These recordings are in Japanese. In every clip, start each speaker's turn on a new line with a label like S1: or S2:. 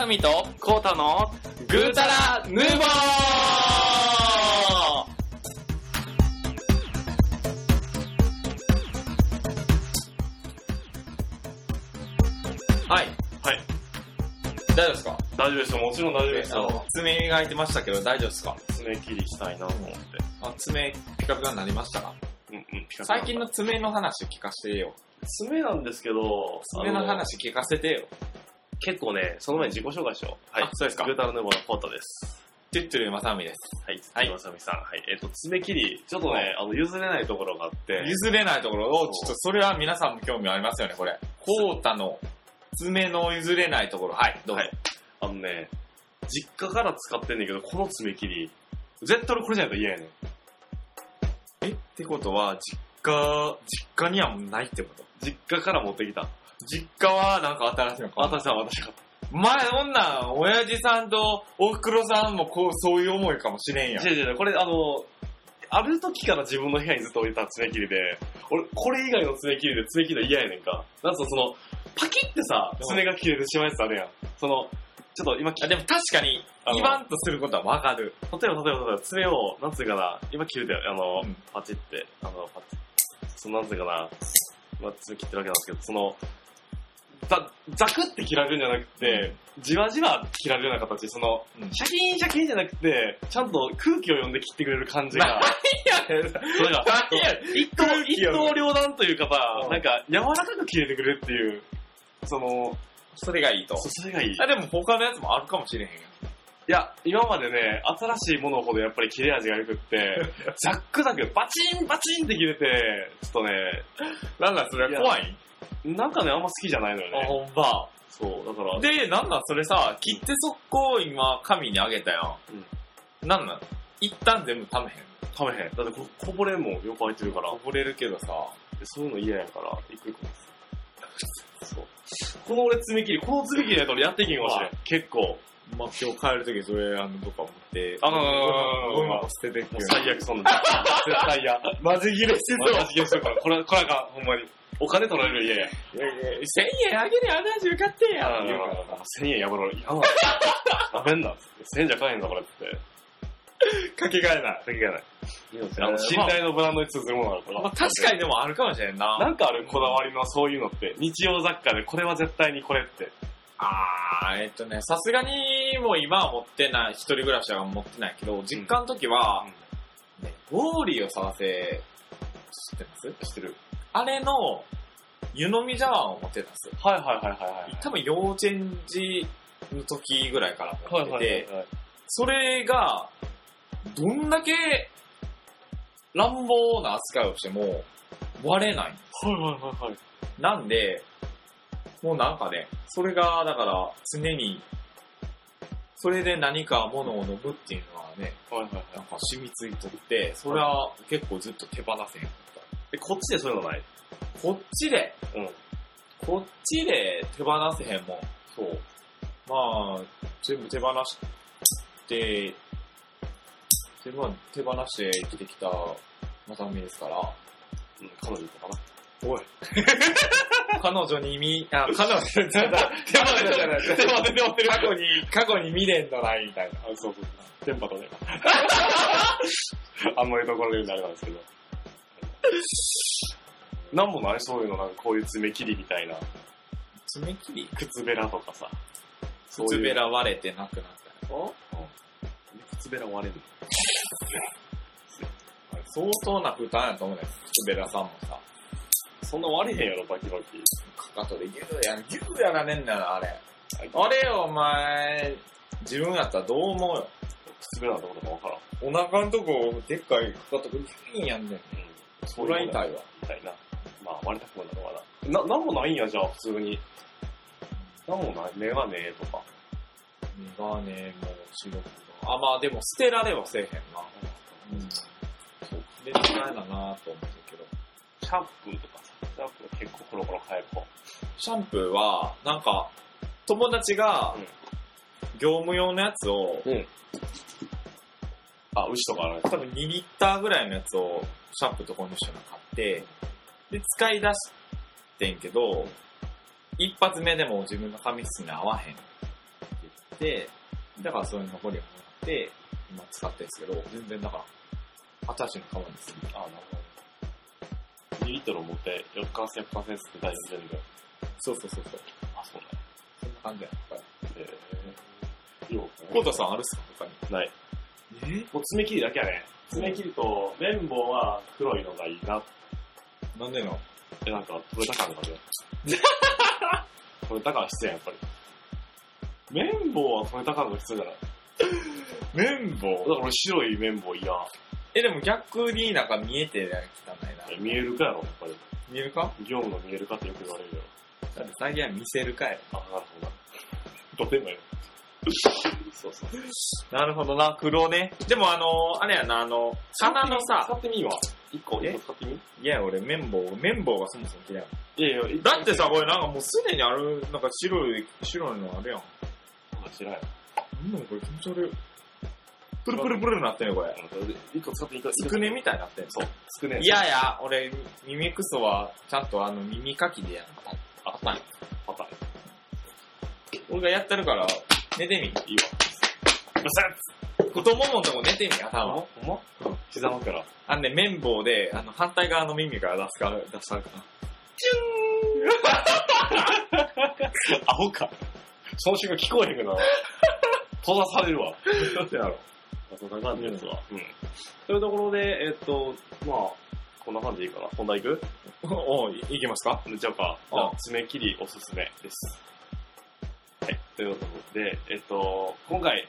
S1: ふみと
S2: コータの
S1: ぐーたらヌーボーはい、
S2: はい。
S1: 大丈夫ですか
S2: 大丈夫ですよ。もちろん大丈夫です
S1: あ
S2: よ
S1: の。爪磨いてましたけど大丈夫ですか
S2: 爪切りしたいなと思って。
S1: あ爪ピカピカになりましたか
S2: うんうん。ピカピカ
S1: 最近の爪の話聞かせてよ。
S2: 爪なんですけど、
S1: 爪の
S2: あ
S1: 話聞かせてよ。
S2: 結構ね、その前に自己紹介しよう。はい
S1: あ。そうですか
S2: グータラヌーボーのコータです。
S1: てっとるまさみです。
S2: はい。はい。まさみさん。はい。えっ、と、爪切り、ちょっとね、あの、譲れないところがあって。
S1: 譲れないところを、
S2: そう
S1: ちょっとそれは皆さんも興味ありますよね、これ。コータの爪の譲れないところ。はい、どうぞ。
S2: はいあのね、実家から使ってんだけど、この爪切り、絶対俺これじゃないと嫌やねん。
S1: え、ってことは、実家、実家にはもうないってこと
S2: 実家から持ってきた。
S1: 実家はなんか新しいのか。
S2: 私さん、私が。
S1: 前、女、親父さんとおふくろさんもこう、そういう思いかもしれんやん。
S2: 違う違う違う、これあの、ある時から自分の部屋にずっと置いた爪切りで、俺、これ以外の爪切りで爪切り嫌やねんか。なんかその、パキってさ、爪が切れてしまうやつあるやん。その、ちょっと今切
S1: あでも確かに、
S2: あの
S1: 言わんとすることはわかる。
S2: 例えば例えば例えば爪を、なんつうかな、今切れて、あの、
S1: うん
S2: パチって、あの、パチそのなんつうかな、まあ、爪切ってるわけなんですけど、その、ざ、ザクって切られるんじゃなくて、じわじわ切られるような形、その、
S1: うん
S2: シャキーンシャキーンじゃなくて、ちゃんと空気を読んで切ってくれる感 じが、それが、
S1: 何や
S2: 一刀
S1: 空、
S2: 一
S1: 気読む
S2: 刀両断というかさ
S1: う、ん
S2: なんか柔らかく切れてくれるっていう、その、
S1: それがいいと。
S2: そうそれがいい。
S1: あ、でも他のやつもあるかもしれへんやん。
S2: いや、今までね、新しいものほどやっぱり切れ味が良 くって、ザックザクバチンバチンって切れて、ちょっとね、
S1: なんだそれは怖い
S2: なんかね、あんま好きじゃないのよね。
S1: ほんま。
S2: そう、だから、
S1: で、なんだそれさ、切って速攻今、神にあげたやん。なんなん一旦全部ためへん。
S2: 食べへん。だってここぼれもよく開いてるから、
S1: 溺れるけどさ、
S2: でそういうの嫌やから、一個一個です。そう。この俺爪切り、この爪切りやったらやっていけんかもしれん
S1: う。
S2: 結構、も
S1: まあ、今日帰るときそれ、あの、どっか持って、
S2: あうんうんうんうん
S1: ゴミ箱捨ててっけ
S2: う最悪そんな。絶対嫌。
S1: マジ切れして
S2: マジゲストから、これ、これあかん、ほんまに。お金取られる嫌や。
S1: いやいや、1000円あげりゃ話受かってんやん。言うからさ
S2: 1000円やばろ、やばい。食べんな。1000円じゃ買えへんぞ、これって。
S1: かけ替えない。
S2: だけがない。
S1: あ
S2: あ
S1: の
S2: の、信
S1: 信頼
S2: 頼のブランドに通ずるものがあるから。
S1: まあ、確かにでもあるかもしれんな。
S2: なんかあるこだわりのそういうのって、日用雑貨でこれは絶対にこれって。
S1: あー、えっとね、さすがにもう今は持ってない、一人暮らしは持ってないけど、実家の時は、ね、ウォーリーを探せ、知ってます
S2: 知ってる。
S1: あれの湯飲み茶碗を持ってたんですよ。
S2: はいはいはいはい
S1: 多分幼稚園児の時ぐらいから持っ
S2: は
S1: て
S2: い。
S1: て、それが、どんだけ乱暴な扱いをしても割れない。
S2: はいはいはいはい。
S1: なんで、もうなんかね、それが、だから、常に、それで何か物を飲むっていうのはね、
S2: はいはいはい。
S1: なんか染みついとって、それは結構ずっと手放せんかった。
S2: え、こっちでそういうのない
S1: こっちで、
S2: うん
S1: こっちで手放せへんもん。そう。まあ、全部手放して、全部は手放して生きてきたまさみですから、
S2: うん、彼女とかな。
S1: おい。彼女に見、あ、彼女、手放
S2: 手放
S1: せ
S2: 手放せ手放せ
S1: 過去に、過去に未練のないみたいな。
S2: あ、そうそう。電波とね。 あんまりところで言うのあれなんですけど。なんもないそういうの、なんかこういう爪切りみたいな。
S1: 爪切り
S2: 靴べらとかさ。そう
S1: 靴
S2: いう
S1: べら割れてなくなったよ。
S2: 靴べら割れる。
S1: あれ相当な負担やと思うね。靴べらさんもさ、
S2: そんな割れへんやろ、バキバキ。
S1: かかとでギューや、ギューやられんだよ、あれ。
S2: あ
S1: あれよ、お前、自分やったらどう思うよ。
S2: 靴べらのところかわからん。
S1: お腹のとこ、でっかいかかとくいんやんねん。
S2: うん。
S1: そら痛
S2: い。
S1: いわ。
S2: みたいな。まあ、割れたくもなのかな。な、なんもないんや、じゃあ、普通に。なんもない。メガネとか。
S1: メガネも仕事が。あ、まあでも捨てられはせえへんな。うん。そう。で、使えななと思うけど。
S2: シャンプーとかさ。シャンプー結構コロコロ変える子。
S1: シャンプーは、なんか、友達が
S2: うん、
S1: 業務用のやつを、
S2: あ、牛とかある
S1: 多分2リッターぐらいのやつをシャンプーとコンディショナー買って、で、使い出してんけど、一発目でも自分の髪質に合わへんってて、だからそういう残りをもらって、今使ってるんですけど、全然だから、新しいの買わんですよ。
S2: あ、なるほど。2リットルを持って、4日せ、4日せつって大丈夫で。
S1: そうそうそうそう。
S2: あ、そう
S1: そんな感じやな。
S2: だ。えー。よう
S1: コウタさんあるっすか他に。
S2: ない。
S1: え
S2: もう爪切りだけやね。爪切りと、綿棒は黒いのがいいな。
S1: なんでの
S2: え、なんか、取れた感がね。 取れた感必要やん、やっぱり。綿棒は取れた感が必要じゃない。
S1: 綿
S2: だ
S1: 棒
S2: から俺白い綿棒嫌。
S1: え、でも逆になんか見えてない汚いな。
S2: 見えるかやろ、やっぱり。
S1: 見えるか
S2: 業務の見えるかってよく言われるよ。
S1: だって最近は見せるかよ。
S2: あ、なるほどな。どうでもよ。そうそう。
S1: なるほどな、黒ね。でもあのー、あれやな、あの、鼻のさ、
S2: 使ってみんわ。一個、
S1: え
S2: 一個使ってみ
S1: いや俺綿棒、綿棒がそもそも嫌い。
S2: いやいや、一個
S1: だってさ、これなんかもうすでにある、なんか白い、白いのあるやん。
S2: あ知らんよ。
S1: なんなのこれ気持ち悪い。プルプルプルなってんねこれ。
S2: 一個使ってみた。
S1: つくねみたいになってんの
S2: そう、つくね。
S1: い、やいや、俺、耳くそは、ちゃんとあの、耳かきでやん。
S2: あったんや。あったんや。
S1: 俺がやってるから、寝てみ。
S2: いいわ。ブサ
S1: 子供もんとこ寝てみ、
S2: ッ
S1: 頭。
S2: ほんま膝のから。
S1: あんね、綿棒で、あの、反対側の耳から出すから、出したから。
S2: アホか。その瞬間聞こえへんけどな。閉ざされるわ。
S1: どうやろ
S2: あそんな感じですわ。うん。というところで、えっと、まあ、こんな感じでいいかな。本題いく
S1: おおい、いきますか
S2: じゃあか、じゃあ爪切りおすすめです。はい。ということで、えっと、今回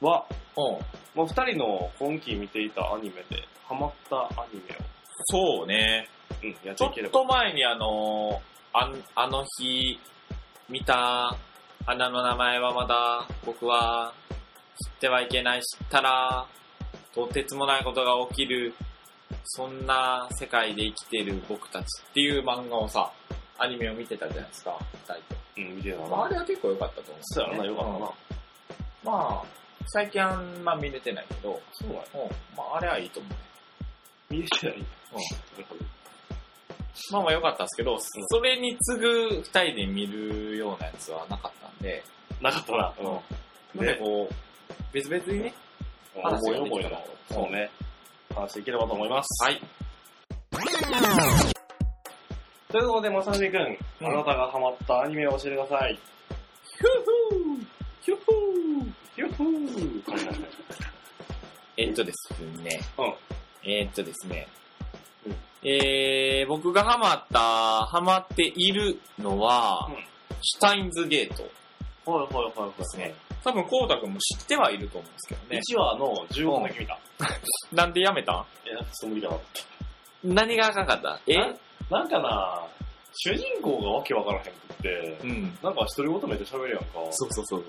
S2: は、
S1: お
S2: もう二人の今期見ていたアニメで、ハマったアニメを、
S1: そうね。
S2: うん、やっ
S1: ち
S2: て
S1: ょ
S2: いけれ
S1: っ
S2: ば。
S1: と前にあのー、あんあの日、見た花の名前はまだ僕は知ってはいけない知ったらとてつもないことが起きるそんな世界で生きてる僕たちっていう漫画をさアニメを見てたじゃないですか大体
S2: うん、見てたな。
S1: まああれは結構良かったと思うんです
S2: そうやな、よかったな。
S1: うんまあ最近あんま見れてないけど、
S2: そうや。
S1: うんまああれはいいと思う
S2: 見れてない。うん。なるほど。
S1: まあまあ良かったんですけど、それに次ぐ二人で見るようなやつはなかったんで、
S2: なかったな。うん。
S1: なんでこう、別々にね、話
S2: 思い
S1: がで
S2: 思
S1: き
S2: い
S1: た
S2: の
S1: ら、
S2: そうね、話していければと思います。
S1: はい。
S2: ということで、まさみくん、
S1: ん
S2: あなたがハマったアニメを教えてください。
S1: ヒューフーヒューフー
S2: ヒュッフーはいはいはい。
S1: えっとですね。えっとですね。
S2: うん
S1: えー、僕がハマった、ハマっているのは、
S2: うん
S1: シュタインズゲートで
S2: はいはいはいはい。です
S1: ね。。多分、こうたくんも知ってはいると思うんですけどね。
S2: 1話の15だけ見た。
S1: なんでやめた
S2: え、なんかちょっと無理だな。
S1: 何があかんかったえ
S2: ななんかな、主人公がわけわからへんくって、
S1: うん。
S2: なんか独り言めっちゃ喋るやんか。
S1: そうそうそう。
S2: も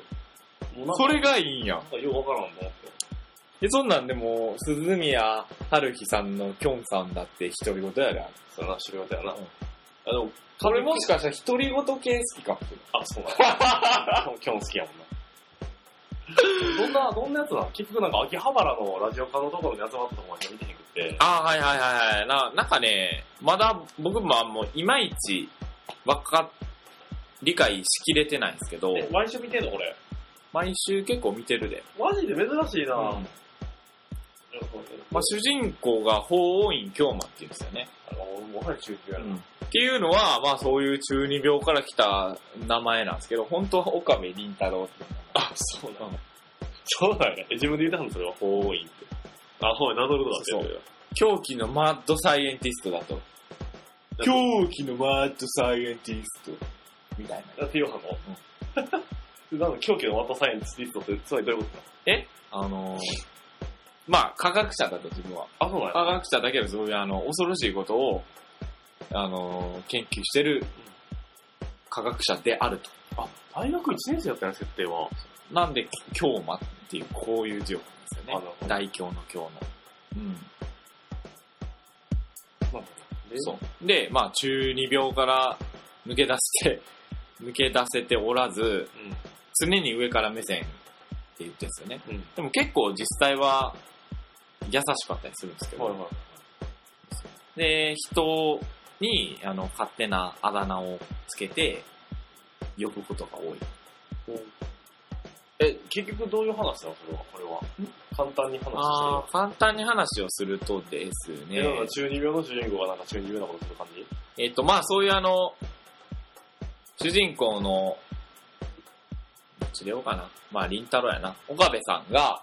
S2: うなんか
S1: それがいいんや
S2: なん。かようわからんと思って。
S1: え、そんなんでも、鈴宮春日さんのきょんさんだって独り言やで。
S2: それな、独り言やな。
S1: うん
S2: あ、でも、
S1: それもしかしたら独り言系好きかもしれ
S2: あ、そう なんだ。今日も好きやもんな。どんな、どんなやつなの結局なんか秋葉原のラジオ科のところに集まったとこまで見てへんくって。
S1: ああ、はいはいはいはい。な、なんかね、まだ僕もあんまいまいち、わか、理解しきれてないんですけど、
S2: え、毎週見てんのこれ。
S1: 毎週結構見てるで。
S2: マジで珍しいな、ぁ
S1: まあ、主人公が法王院京馬っていうんですよね。
S2: あの、もはや中級やな。
S1: っていうのは、まあそういう中二病から来た名前なんですけど、本当は岡部倫太郎っていう名前
S2: あ、そうなの。そうだよね。え自分で言ったのそれは、法王院って。あ、ほう、なぞることだってる。
S1: 狂気のマッドサイエンティストだと。狂気のマッドサイエンティスト。みたいな。
S2: だって、ヨハの。 なの、狂気のワットサイエンスティストって、つまりどういうこと
S1: あのー、まあ科学者だと自分は。
S2: だあ、そうなん
S1: 科学者だけどそういうあの、恐ろしいことを、あのー、研究してる科学者であると。
S2: 大学1年生だったよね、設定は。
S1: なんで、京馬っていう、こういう字を書くんです
S2: あな
S1: よ
S2: る
S1: ね
S2: ほ。ど
S1: 大京の京の。うん。
S2: で
S1: そう。で、まあ、中二病から抜け出して、抜け出せておらず、常に上から目線って言ってるんですよね。
S2: うん。うん。
S1: でも結構実際は優しかったりするんですけど、
S2: はいはい。
S1: で、人にあの勝手なあだ名をつけて呼ぶことが多い。
S2: え、結局どういう話なのそれは、これは。簡単に話してる。
S1: ああ、簡単に話をするとです
S2: え、なん
S1: ね
S2: か。中二病の主人公がなんか中二病なことする感じ
S1: えっと、まあそういうあの、主人公の、どっちでようかな。まあ、りんたろやな。岡部さんが、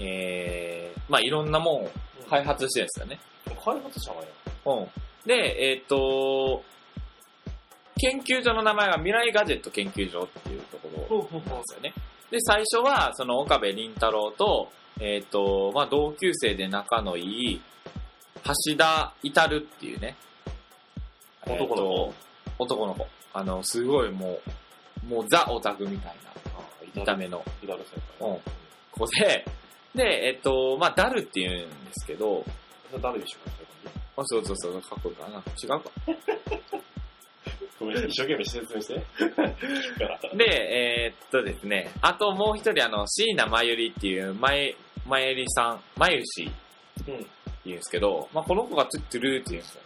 S1: えー、まあいろんなもんを開発してるんですよね。
S2: 開発者なんや。
S1: うん。で、えっ、と、研究所の名前が未来ガジェット研究所っていうところ
S2: うほう
S1: なんですよね。で、最初は、その岡部倫太郎と、えっ、と、まあ、同級生で仲のいい、橋田至るっていうね。
S2: 男の子
S1: えーと男の子。あの、すごいもう、もうザオタクみたいな
S2: ああ、
S1: 見た目の
S2: いた目先輩。
S1: うん子で、で、えっ、と、まあ、ダルって言うんですけど、
S2: それ誰でしょうかそういう感
S1: あ、そうそうそう、かっこいいかな。違うか。
S2: じごめん、一生懸命説明して。聞くから。
S1: で、えーっとですね、あともう一人、あの、椎名まゆりっていう、まゆ、まゆりさん、まゆし
S2: うん。
S1: っていうんですけど、まあ、この子がトゥットゥルーって言うんですよ。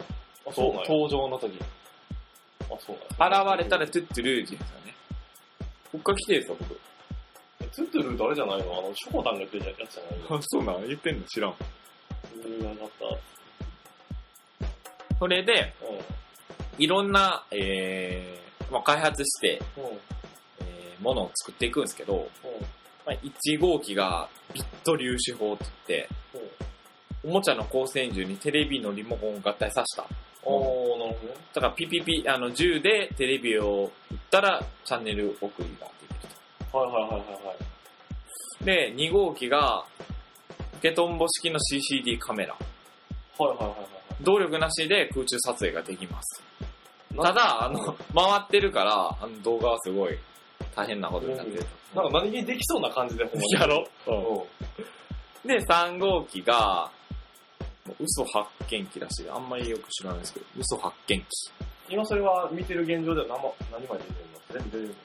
S2: あ、そうなんや。
S1: 登場の時に。
S2: あ、そうなんや
S1: 現れたら、トゥットゥルーって言うんですよね。こっから来てるんですか、
S2: ツットゥルー誰じゃないのあの、ショコタンが言ってるやつじゃないの
S1: 僕。あ、そうなの言ってんの知らん。
S2: うーん、なかった。
S1: それで、
S2: う
S1: いろんな、えー、まあ、開発して、
S2: ん。うん。
S1: えー、ものを作っていくんですけど、
S2: うん。
S1: まあ、1号機がビット粒子法って言って、おもちゃの光線銃にテレビのリモコンを合体させた。
S2: おー、なるほどね。
S1: だからピピピ、あの、銃でテレビを打ったらチャンネル送りができる
S2: はいはいはいはいはい。
S1: と。で、2号機が、ポケトンボ式の CCD カメラ。
S2: はいはいはいはいはい。
S1: 動力なしで空中撮影ができます。
S2: な
S1: ただ、あの、回ってるから、あの動画はすごい大変なことになってると。
S2: なんか何気にできそうな感じで、ほんまに。
S1: やろ
S2: うん。
S1: で、3号機が、嘘発見機らしい。あんまりよく知らないですけど、嘘発見機。
S2: 今それは見てる現状では何も何まで出てるの全部出てる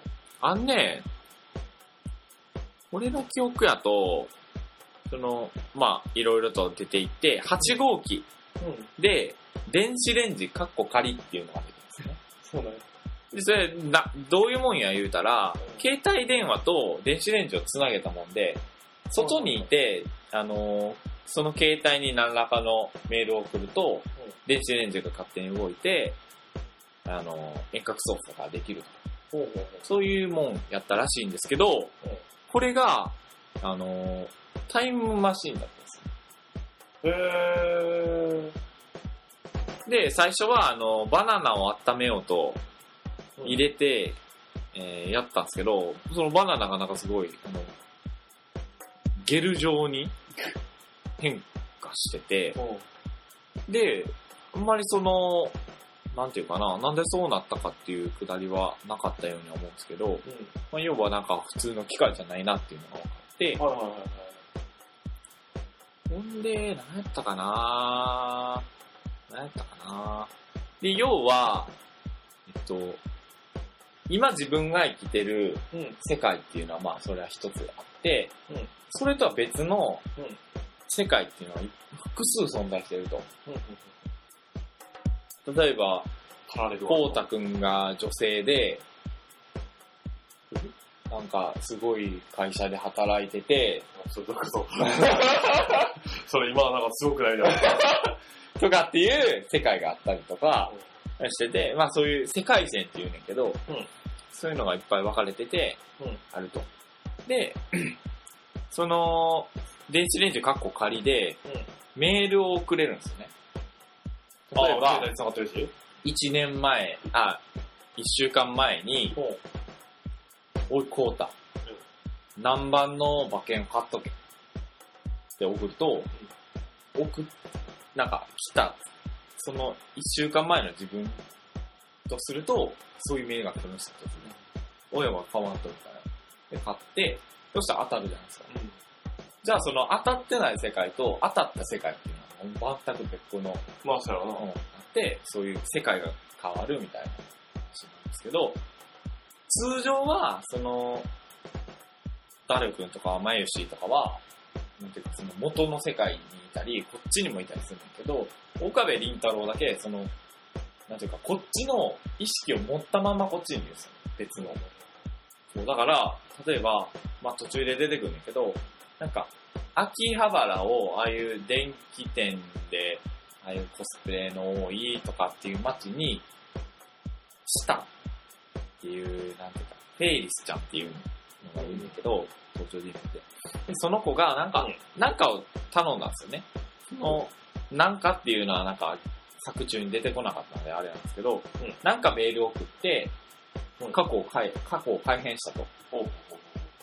S1: あんね、俺の記憶やと、その、まあ、いろいろと出ていって、8号機
S2: のうん。
S1: で、電子レンジ、カッコ仮っていうのが出てるんで
S2: そうなんや。
S1: すね。で、それ、な、どういうもんや言うたら、携帯電話と電子レンジをつなげたもんで、外にいて、あのーその携帯に何らかのメールを送ると
S2: うん、
S1: 電子レンジが勝手に動いて、あのー遠隔操作ができる
S2: ほうほうほう。
S1: そういうもんやったらしいんですけど、これが、あのータイムマシンだったんです
S2: へー。
S1: よ。で、最初は、あのーバナナを温めようと入れて、えーやったんですけど、そのバナナがなんかすごい、あの、ゲル状に変化してて、
S2: うん。
S1: で、あんまりその、なんていうかな、なんでそうなったかっていうくだりはなかったようには思うんですけど、
S2: う
S1: まあ、要はなんか普通の機械じゃないなっていうのが分かって
S2: ん。、はいはいはいはい。
S1: ほんで、何やったかな何やったかなで、要は、えっと、今自分が生きてる
S2: うん。
S1: 世界っていうのはまあそれは一つあって、
S2: うん
S1: それとは別の
S2: うん
S1: 世界っていうのは複数存在してると。
S2: うん。うん。
S1: 例えば、
S2: かられる
S1: こうたくんが女性で、なんかすごい会社で働いてて、
S2: それどこぞ。それ今はなんかすごくないな。
S1: とかっていう世界があったりとかしてて、まあそういう世界線っていうんだけど、
S2: うん
S1: そういうのがいっぱい分かれてて、
S2: うん
S1: あると。で、 その、電子レンジカッコ仮で、
S2: うん
S1: メールを送れるんですよね。
S2: あ、
S1: 例えば
S2: 携、帯繋がってるし。
S1: 1年前、あ、1週間前に、
S2: ほう。
S1: おい、こうた、何番の馬券を買っとけ。って送ると、送っ、なんか来た、その1週間前の自分とすると、そういうメールが来ましたとですね。親は買わんとるから。で、買って、そしたら当たるじゃないですか。
S2: うん。
S1: じゃあその当たってない世界と当たった世界っていうのは全く別個の
S2: まあ、そうやろな。
S1: あって、そういう世界が変わるみたいな話なんですけど、通常は、その、ダル君とかマユシーとかは、なんていうかその元の世界にいたり、こっちにもいたりするんだけど、岡部倫太郎だけ、その、なんていうか、こっちの意識を持ったままこっちにいるんですよ。別の。そうだから、例えば、まあ途中で出てくるんだけど、なんか、秋葉原をああいう電気店で、ああいうコスプレの多いとかっていう街に、したっていう、なんていうか、フェイリスちゃんっていうのがいるんだけど、登場人物で。で、その子がなんか、なんかを頼んだんですよね。その、なんかっていうのはなんか、作中に出てこなかったのであれなんですけど、
S2: うん
S1: なんかメールを送って
S2: う、ん
S1: 過去を変え、過去を改変したと。
S2: おう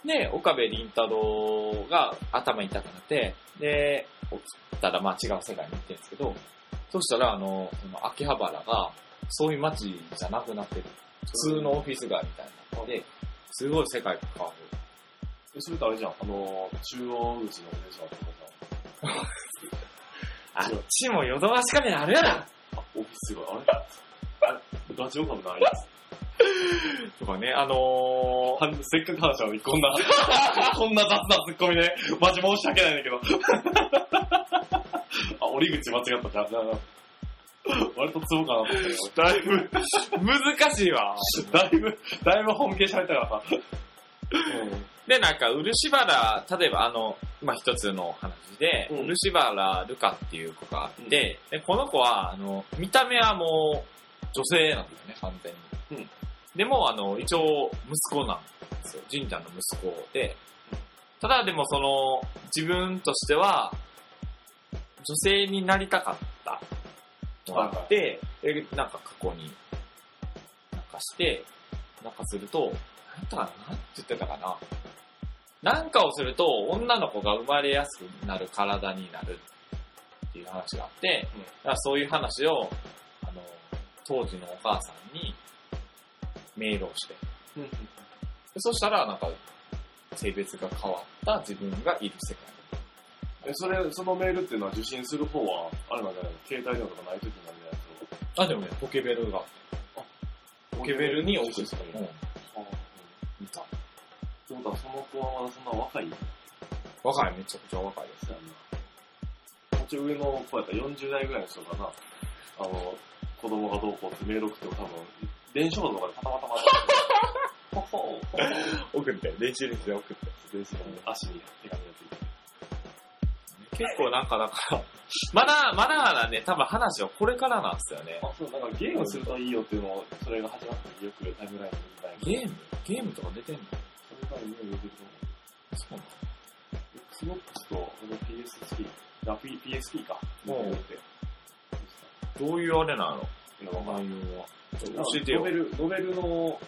S1: で、岡部倫太郎が頭痛くなって、で、起きたらまあ違う世界に行ってるんですけど、そしたらあの、その秋葉原が、そういう街じゃなくなってる。普通のオフィス街みたいなので、すごい世界が変わる。
S2: それってあれじゃん、あのー、中央口の電車とか
S1: あっちもヨドバシカメラあるやな
S2: さ、あ、オフィスが、 あれあれガチオカムないやつ。
S1: とかね、あのー、
S2: はせっかく話したのに、こんな、 こんな雑なツッコミで、マジ申し訳ないんだけど。 あ、折り口間違ったか。なな割とツボかなと思ったけど。だいぶ、
S1: 難しいわ。
S2: だいぶ、だいぶ本気で喋ったからさ。
S1: で、なんか、漆原、例えばあの、まあ、一つの話で、
S2: うん
S1: 漆原ルカっていう子があって、で、この子は、あの、見た目はもう、女性なんだよね、完全に。
S2: うん
S1: でも、あの、一応、息子なんですよ。神ちゃんの息子で。ただ、でも、その、自分としては、女性になりたかったのがあって、でなんか過去に、なんかして、なんかすると、なんだかななんて言ってたかな。なんかをすると、女の子が生まれやすくなる体になるっていう話があって、
S2: うん
S1: だからそういう話を、あの、当時のお母さんにメールをして、で
S2: うん。うん。
S1: そしたら、なんか、性別が変わった自分がいる世界。
S2: え、それ、そのメールっていうのは受信する方は、あれなんじゃないの携帯電話とかない時なんじゃない
S1: あ、でもね、ポケベルが、
S2: の
S1: ポケベルに送る。
S2: うん。
S1: 見た。
S2: ってことは、その子はまだそんな若いや
S1: 若い、めちゃくちゃ若いです。
S2: つやんな。こっち上の子やったら40代ぐらいの人がな、あの、子供がどうこうってメール送っても多分、電車とかでパタパタパタ。ほほ
S1: 送って、練習ですよ、送って。
S2: 電車の足に手紙がついてる。
S1: 結構なんかだから、まだ、まだまだね、多分話はこれからなんですよね。
S2: あ、そう、なんかゲームするといいよっていうのを、それが始まった時よくタイムラインで見たいな。
S1: ゲームゲームとか出てんの
S2: それからゲーム出てると思う。
S1: そうなの
S2: Xbox とこの PSP、あ、P- PSP か。
S1: うん
S2: 持ってる
S1: どういうあれなの
S2: っていうのがわか
S1: 内容は。
S2: ん
S1: 教
S2: ない
S1: えてよ。う
S2: ノベ
S1: ん。
S2: ル、ノベルの、ノ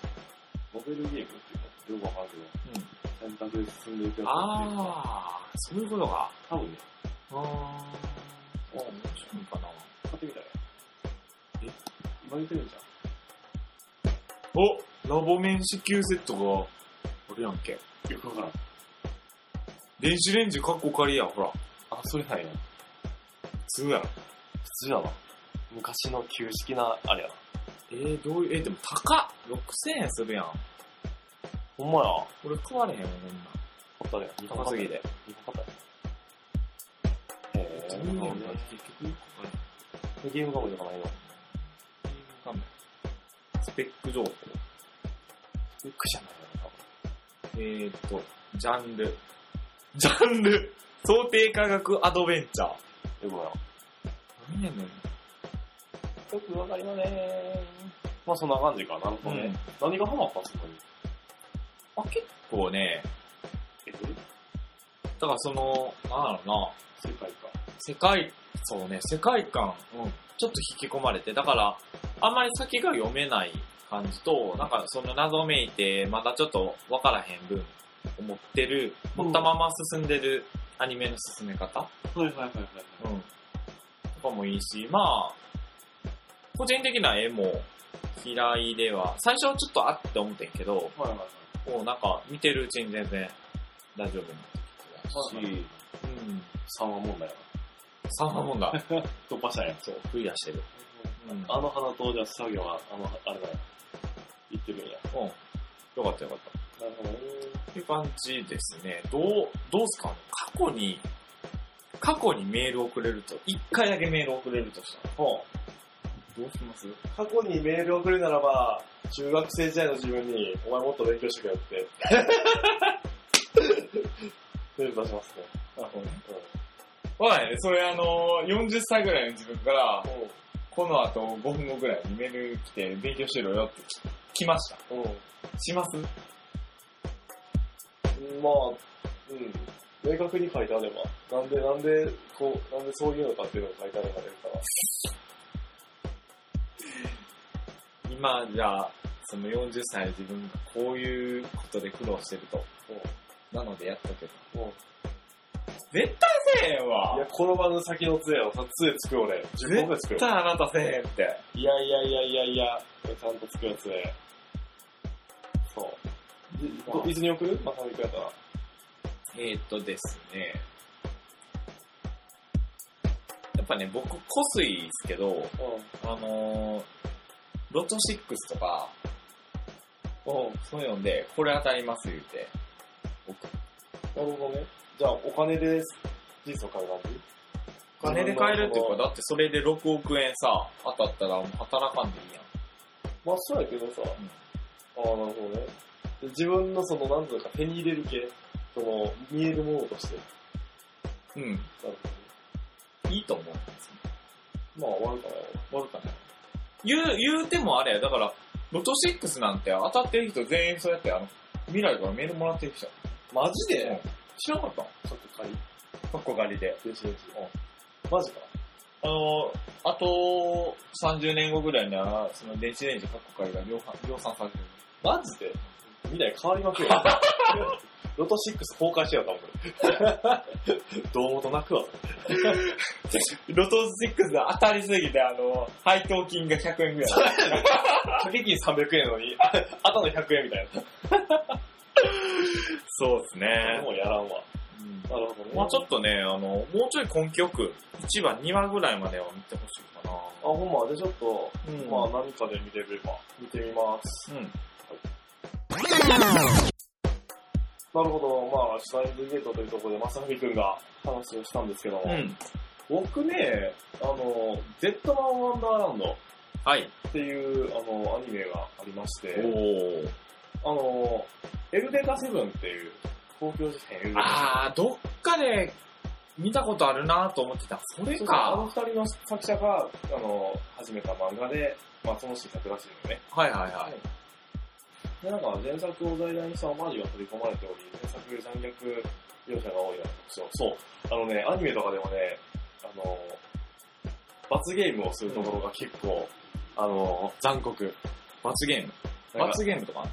S2: ベルゲームっていうか、よくわかるけど、選択で進んでいくやつ
S1: あー、そういうことか。
S2: 多分ね、
S1: あー、面白いかな。
S2: 買ってみたらえ今言ってるんじゃん。
S1: おラボ面子球セットが、あれやんけ。
S2: よくわからん。
S1: 電子レンジかっこ仮やん、ほら。
S2: あ、それなんや。
S1: 普通やろ。
S2: 普通やな。昔の旧式な、あれやな。
S1: えー、どういう、えー、でも高っ !6000 円するやん。
S2: ほんまや。ほ
S1: 俺食われへんわ、こんなん
S2: ったね。日
S1: 高すぎて。
S2: 日本買ったね。へ
S1: 10
S2: ぇ
S1: 円が
S2: ー。
S1: 結局よくわかんない
S2: ゲーム画面とかないの
S1: ゲーム画面スペック情報。
S2: ビックじゃないの多分。
S1: えー、っと、ジャンル。ジャンル想定科学アドベンチャー。
S2: よくわからん。
S1: 何やねん。
S2: よくわかりません。まあそんな感じか。なるほどね。何がハマったんすか
S1: あ、結構ね、
S2: え、
S1: だからその、なんだろ
S2: 世界か。
S1: うな、世界、そうね、世界観、うん、ちょっと引き込まれて、だから、あんまり先が読めない感じと、なんかその謎めいて、まだちょっとわからへん分、思ってる、
S2: うん
S1: 持ったまま進んでるアニメの進め方、
S2: はいはいはいはい。
S1: うん、とかもいいし、まあ、個人的な絵も嫌いでは、最初はちょっとあって思ってんけど、
S2: はいはいはい。
S1: もうなんか見てるうちに全然大丈夫になってきてたし、うん。
S2: 3話問題や
S1: サンマもんだ。
S2: な。突破したんや。
S1: そう、クリアしてる。うん。
S2: あの花とじゃあ作業は、あの、あれだよ。言ってるんや。
S1: うん。よかったよかった。
S2: なるほどね。
S1: っていう感じですね。どう、どうすか過去に、過去にメール送れると、一回だけメール送れるとしたら、どうします
S2: 過去にメールを送るなら ば、中学生時代の自分に、お前もっと勉強してくれって。出る出しますね。
S1: あ、ほんわかんないね。それあのー、40歳ぐらいの自分から、
S2: う
S1: この後5分後ぐらいにメール来て勉強しろよって来ました。
S2: ん。うん。
S1: します
S2: まあ、うん。明確に書いてあれば。なんで、なんで、こう、なんでそういうのかっていうのを書いてあれば出るから。
S1: 今、じゃあ、その40歳の自分がこういうことで苦労してると。なのでやったけど。
S2: うん。うん。
S1: 絶対せえへんわ
S2: いや、転ばぬ先の杖やろ。さ杖つくよ俺。10本ぐらいつく
S1: 絶
S2: よ。
S1: 対あなたせえへんって。
S2: いやいやいやいやいや、ちゃんとつくよ、杖。そう。いこいつに送るまさみくんやったら。
S1: えー、っとですね。やっぱね、僕、濃すいですけど、
S2: う
S1: あのー、ロト6とか、
S2: ん。うん。
S1: そういうので、これ当たります言うて、僕、
S2: なるほどね。じゃあ、お金で人生を買う感じ
S1: お金で買えるっていうか、だってそれで6億円さ、当たったらもう働かんでいいやん。
S2: まあ、そうやけどさ。ああ、なるほどね。で自分のその、なんというか手に入れる系、その、見えるものとして。な
S1: うん。
S2: る
S1: いいと思うんですよ。
S2: ほどね。まあ、悪くない
S1: 悪かない。言う、言うてもあれや、だから、ロト6なんて当たってる人全員そうやって、あの、未来からメールもらってる人。
S2: わ。マジ
S1: うん知らなかった
S2: ちょっと借り
S1: かっこ借りで。
S2: て、しマジか。
S1: あの、あと30年後ぐらいなら、その電子レンジ各国から量産量産されてる。
S2: マジで未来変わりまくるよ。 ロト6崩壊してやったもん、これ。どうもとなくわ。
S1: ロト6が当たりすぎて、あの、配当金が100円ぐらい。
S2: 掛け金300円なのに、あとの100円みたいな。
S1: そうですね。
S2: もうやらんわ。なるほどね。
S1: まあちょ
S2: っ
S1: っとね、あの、もうちょい根気よく、1話、2話ぐらいまでは見てほしいかな。
S2: と、あ、ほんま、でちょっと、
S1: うん
S2: まあ何かで見れれば、見てみます。
S1: うん。
S2: なるほど。まあ、シュタインズゲートというところで、まさふみくんが話をしたんですけども、
S1: うん。
S2: 僕ね、あの、ゼットマンワンダーランド
S1: はい。
S2: っていう、あの、アニメがありまし
S1: お
S2: て、
S1: ー。
S2: あの、エルデータセブンっていう、東京事変エルデータ
S1: あー、どっかで見たことあるなと思ってた。それ
S2: そうそうあの
S1: か。
S2: 二人の作者が、あの、始めた漫画で、まあ、その新作らしいのね。
S1: はいはいはい。
S2: で、なんか前作を題材にしたオマージュが取り込まれており、前作より残虐描写が多いような特徴。そう。あのね、アニメとかでもね、あの、罰ゲームをするところが結構、あの、残酷。
S1: 罰ゲーム。
S2: なんか
S1: 罰ゲームとかあんの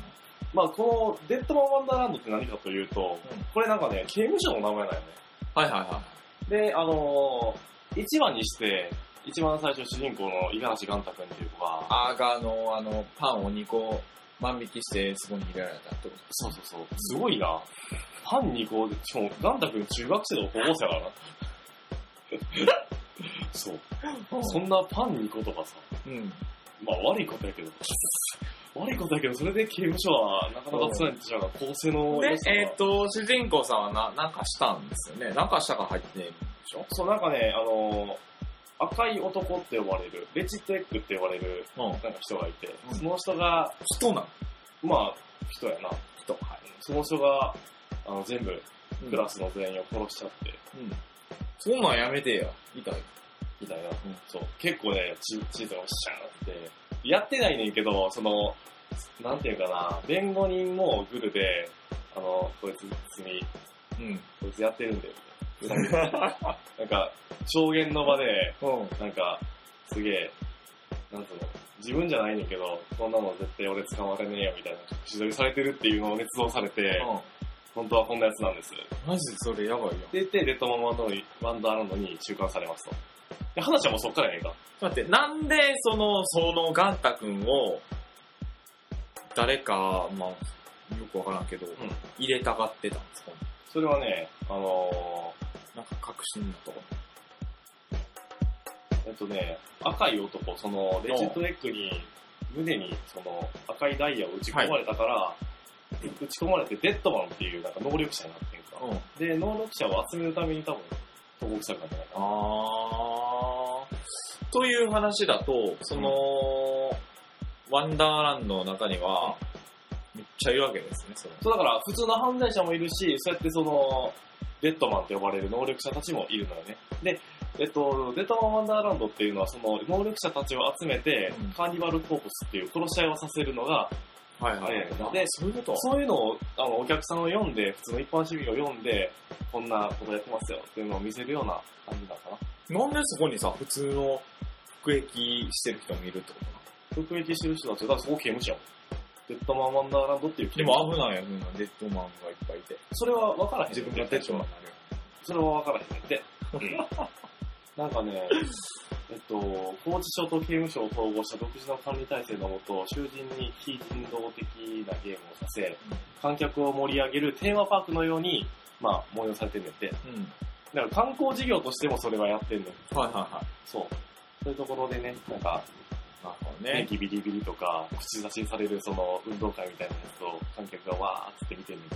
S2: まあこの、デッドマン・ワンダーランドって何かというと、
S1: うん
S2: これなんかね、刑務所の名前なんよね。
S1: はいはいは
S2: で、あのー、一番にして、一番最初主人公の五十嵐元太くんっていう子が、
S1: い。あーが、あの、あの、パンを2個万引きして、そこに入れられたってこ
S2: そうそうそう、すごいな。パンにこう、しかも元太くん中学生の高校生だ からな。そう。
S1: と
S2: そんなパンにことかさ、
S1: うん。
S2: まあ悪いことやけど、悪いことやけど、それで刑務所はなかなかつらいってしまうから、構成の
S1: で
S2: 良さ、が
S1: えーっと、主人公さんはな、なんかしたんですよね。なんかしたから入ってるんでしょ
S2: そう、なんかね、あのー赤い男って呼ばれる、レチテックって呼ばれる、
S1: うん。
S2: なんか人がいて、
S1: うん
S2: その人が、
S1: 人なの
S2: まあ、人やな。
S1: 人。はい。
S2: その人が、あの、全部、ク
S1: うん
S2: ラスの全員を殺しちゃって、
S1: うん。そんなんやめてや。痛い。
S2: みたいな。そう。結構ね、チチートがシャーンって。やってないねんけど、その、なんていうかな、弁護人もグルで、あの、こいつ、別に、
S1: うん。
S2: こいつやってるんだよ、みたいな。なんか、証言の場で、
S1: うん。
S2: なんか、すげえ、なんつうの、自分じゃないねんけど、こんなの絶対俺捕まれねえよ、みたいな、口取りされてるっていうのを捏造されて、本当はこんなやつなんです。
S1: マジでそれやばいやん。
S2: で、で、レッドマンワンダーワンダーランドに収監されますと。で、話はもうそっからやねんか。
S1: 待って、なんで、その、そのガンタ君を、誰か、まあ、よくわからんけど、入れたがってたんですか
S2: それはね、あの
S1: なんか確信だとか。
S2: ー、えっとね、赤い男、その、レジットエッグに、胸に、その、赤いダイヤを打ち込まれたから、打ち込まれてデッドマンっていう、なんか能力者になってんか。
S1: うん。
S2: で、能力者を集めるために多分、投獄されたんじゃないかな。
S1: あー。という話だと、その、ワンダーランドの中には、めっちゃいるわけですね、それ。
S2: そうだから、普通の犯罪者もいるし、そうやってその、デッドマンって呼ばれる能力者たちもいるのよね。で、えっと、デッドマンワンダーランドっていうのは、その能力者たちを集めて、
S1: うん
S2: カーニバルコープスっていう殺し合いをさせるのが、
S1: はいはい。
S2: ね
S1: なんか
S2: で
S1: そういうこと
S2: そういうのを、あの、お客さんを読んで、普通の一般市民を読んで、こんなことやってますよっていうのを見せるような感じだかな。
S1: なんでそこにさ、普通の服役してる人もいるってことなの
S2: 服役してる人たちは、だからそこ刑務所やもん。デッドマンワンダーランドっていう
S1: で
S2: 刑務所。
S1: も危ないやつな、デッドマンがいっぱいいて。
S2: それは分からへん。
S1: 自分がデッドマンになるよ。
S2: それは分からへんねんて。なんかね、えっと、拘置所と刑務所を統合した独自の管理体制のもと、囚人に非人道的なゲームをさせ、観客を盛り上げるテーマパークのように、まあ、催されてんねんて。
S1: うん。
S2: だから観光事業としてもそれはやってんのよ。
S1: はいはいはい。
S2: そう。そういうところでね、なんか、
S1: なるほど
S2: ね
S1: ね、。
S2: ビリビリとか、口出しにされるその運動会みたいなやつを観客がわーって見てるのか、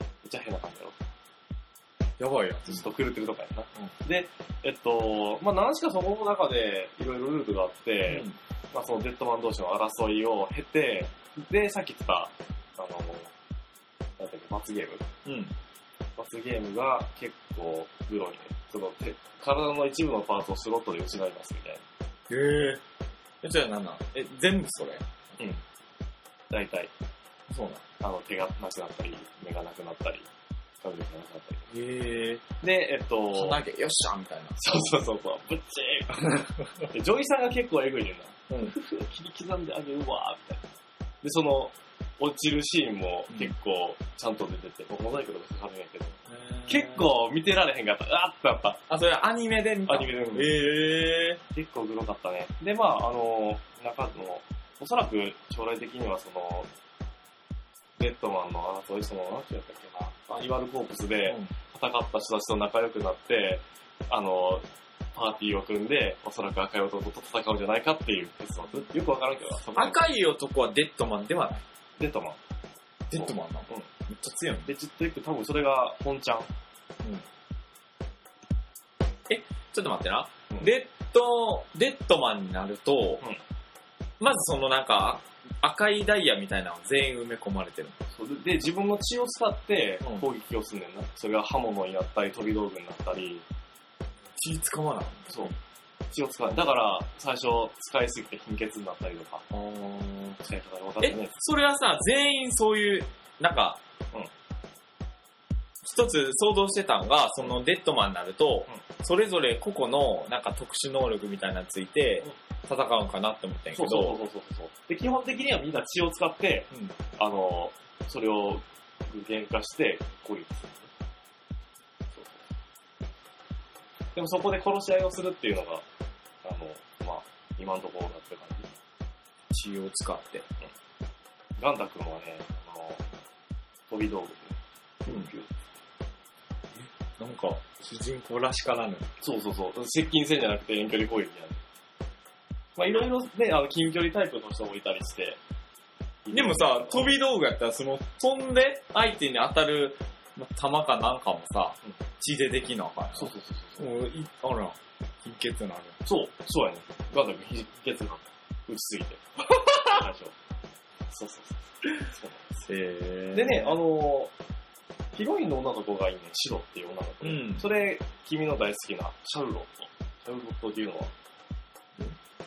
S2: めっちゃ変な感じだろ。
S1: やばいや
S2: ずっ
S1: つ。
S2: と狂ってるとかやな。で、えっと、まあ、何しかそこの中でいろいろルールがあって、
S1: うん
S2: まあ、そのデッドマン同士の争いを経て、で、さっき言った、あの、なんだっけ、罰ゲーム。
S1: うん。
S2: 罰ゲームが結構グロいね。その手、体の一部のパーツをスロットで失いますみたいな。
S1: へえ。え、じゃあなんなんえ、全部それ
S2: 大体、
S1: そうな
S2: あの、手がなくなったり、目がなくなったり、髪の毛がなくなったり。
S1: のへえ。
S2: で、えっと、
S1: 鼻毛、よっしゃみたいな。
S2: そうそうそうそう、ぶっち ーでジョイさんが結構エグいねんな。
S1: うん。
S2: 切り刻んであげるわみたいな。で、その、落ちるシーンも結構ちゃんと出てて、僕モザイクとかかかるんやけど、結。構見てられへんかった。あーってなった。
S1: あ、それアニメで見た
S2: アニメで見た
S1: へえ。
S2: 結構グロかったね。で、まああの、中の、おそらく将来的にはその、デッドマンの争い、その、なんてやったっけな、アニマルコープスで
S1: うん
S2: 戦った人たちと仲良くなって、あの、パーティーを組んで、おそらく赤い男と戦うんじゃないかっていう結末。よくわからんけど、そこ
S1: 赤い男はデッドマンではない。
S2: デッドマン。
S1: デッドマンなの
S2: うん
S1: めっちゃ強いの
S2: で、ちょっと一個多分それが本ちゃん。
S1: うんえ、ちょっと待ってな。
S2: うん
S1: デッド、デッドマンになると、
S2: うん
S1: まずそのなんか、赤いダイヤみたいなの全員埋め込まれてる。
S2: そうで、で自分の血を使って
S1: うん
S2: 攻撃をすんねんな。それが刃物になったり、飛び道具になったり、
S1: 気使わない。
S2: そう。血を使う。だから、最初使いすぎて貧血になったりとか、
S1: あー
S2: 使い方が分かってな
S1: え
S2: い。、
S1: それはさ、全員そういう、なんか、
S2: うん
S1: 一つ想像してたのが、そのデッドマンになると、それぞれ個々のなんか特殊能力みたいなのついて
S2: うん
S1: 戦うんかなって思ったんやけ
S2: そう
S1: ど、
S2: そうそうそうそう。で、基本的にはみんな血を使って、
S1: うん
S2: あの、それを具現化して攻撃する。そうそうでもそこで殺し合いをするっていうのが、あの、まあ、今のところだってる感じ。
S1: 血を使って。
S2: ガンダ君はね、あの、飛び道具で、
S1: うんなんか、主人公らしからぬ。
S2: そうそうそう。接近戦じゃなくて遠距離攻撃なんで。まあいろいろね、あの、近距離タイプの人もいたりして。
S1: でもさ、飛び道具やったら、その、飛んで相手に当たる、ま弾かなんかもさ
S2: うん、
S1: 血でできなあかんやろ
S2: そうそうそうそう。
S1: もう、い、あら、貧血なる。
S2: そう、そうやね。ガンダ君、秘訣なんだ。打ちすぎ て。最初。そうそうそうそう。
S1: へ
S2: でね、あのヒロインの女の子がいいね、シロっていう女の子で、
S1: うん
S2: それ、君の大好きなシャルロット。シャルロットっていうのは、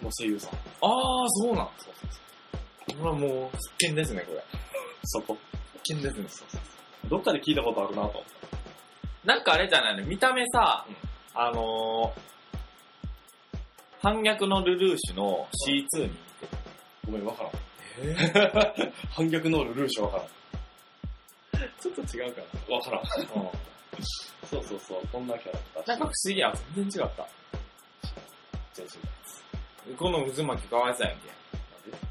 S2: の声優さん。
S1: あー、そうなん。
S2: そうそうそう。
S1: これはもう、必見ですね、これ。
S2: そこ。
S1: 必見ですね。
S2: どっかで聞いたことあるなと思っ
S1: なんかあれじゃないの見た目さ、
S2: うん
S1: あのー、反逆のルルーシュの C2 に似てる。
S2: た。ごめん、わからん。
S1: え
S2: 反逆能力ルーシュわから
S1: ちょっと違うかな。
S2: ん。わからん。
S1: うん。
S2: そうそうそう、こんなキャラクタ
S1: な
S2: ー。
S1: んか不思議や。全然違った。
S2: 全身。
S1: この渦巻きかわいそうやんけ。
S2: なんで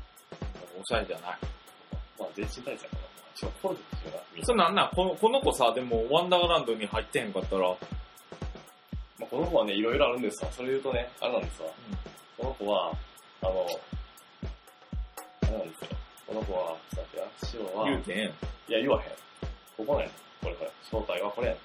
S1: おしゃれじゃない。
S2: まあ、全身体制かな。ちょ、コロですよな。みんな
S1: それなんなんこのこの子さ、でもワンダーランドに入ってへんかったら、
S2: まあ、この子はね、いろいろあるんですわ。それ言うとね、あれなんですわ。この子は、あの、あれなんですよ。この子は、さっきな、シロは、
S1: 言うてん。
S2: いや、言わへん。ここね、これこれ。正体はこれやん。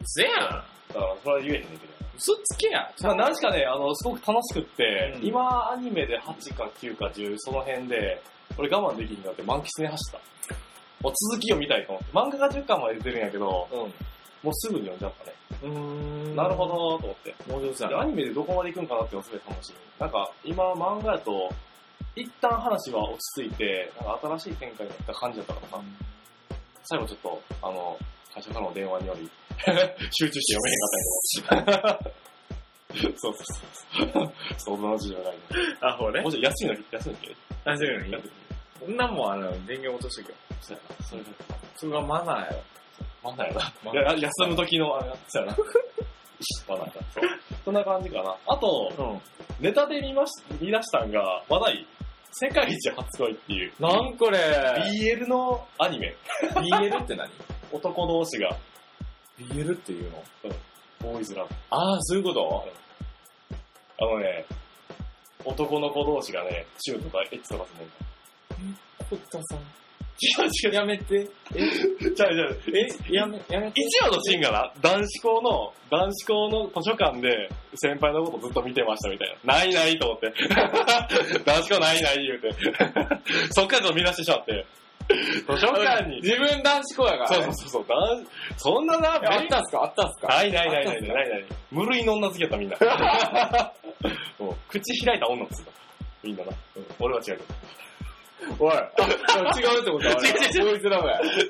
S1: 嘘やん
S2: だから、それは言えへんねんけど。
S1: 嘘つけやん
S2: まあ、何しかね、あの、すごく楽しくって、
S1: うん
S2: 今、アニメで8か9か10、その辺で、俺我慢できひんかって満喫に走った。もう続き読みたいと思って。漫画が10巻まで出てるんやけど、もうすぐに読んじゃったね。
S1: うん。うーん。
S2: なるほ。どーと思って。
S1: もう上手だ
S2: で
S1: な。
S2: アニメでどこまで行くんかなってのすごい楽しみ。なんか、今、漫画やと、一旦話は落ち着いて、なんか新しい展開だった感じだったからさ、最後ちょっと、あの、会社からの電話により、 集中して読めへんかったけど。 そうそうそう。 そう、大人の事情がないね。
S1: あ、ほらね
S2: も。ちろん安いのに、安いのに。
S1: 大丈夫よ。こんなんもんあの、電源落としとけよ。
S2: そうやな。それで、
S1: それがマナーよ。
S2: まんないな。
S1: マ
S2: い
S1: ナー。
S2: や休む時の、あれそうやな。 まだそう。そんな感じかな。あと、
S1: うん。
S2: ネタで見まし、見出したんが、話題、世界一初恋っていう。
S1: なんこれ
S2: BL のアニメ。
S1: ?BL って何
S2: 男同士が、
S1: ?BL っていうの
S2: ボーイズラブ。
S1: ああ、そういうこと
S2: あのね、男の子同士がね、チューとかエッチとかする
S1: 堀田さん。
S2: の。違う違
S1: やめて。
S2: う。違う 違う。え、
S1: え、やめ、やめて。
S2: 一話のシーンがな、男子校の、男子校の図書館で、先輩のことずっと見てましたみたいな。ないないと思って。 男子校ないない言うて。 そっからちょっと見出してしまって。図書館に。
S1: 自分男子校やから、
S2: そう
S1: ね。
S2: そうそうそう、男子、そんなな、
S1: えあったんすかあったんすか
S2: ないないないないない
S1: い。
S2: ないない。無類の女好きやったみんな。もう口開いた女っつった。みんなな。うん俺は違うけ
S1: おい。違うってことは
S2: 違う違
S1: ボー
S2: う違う
S1: イズラブや。
S2: ど。違う違う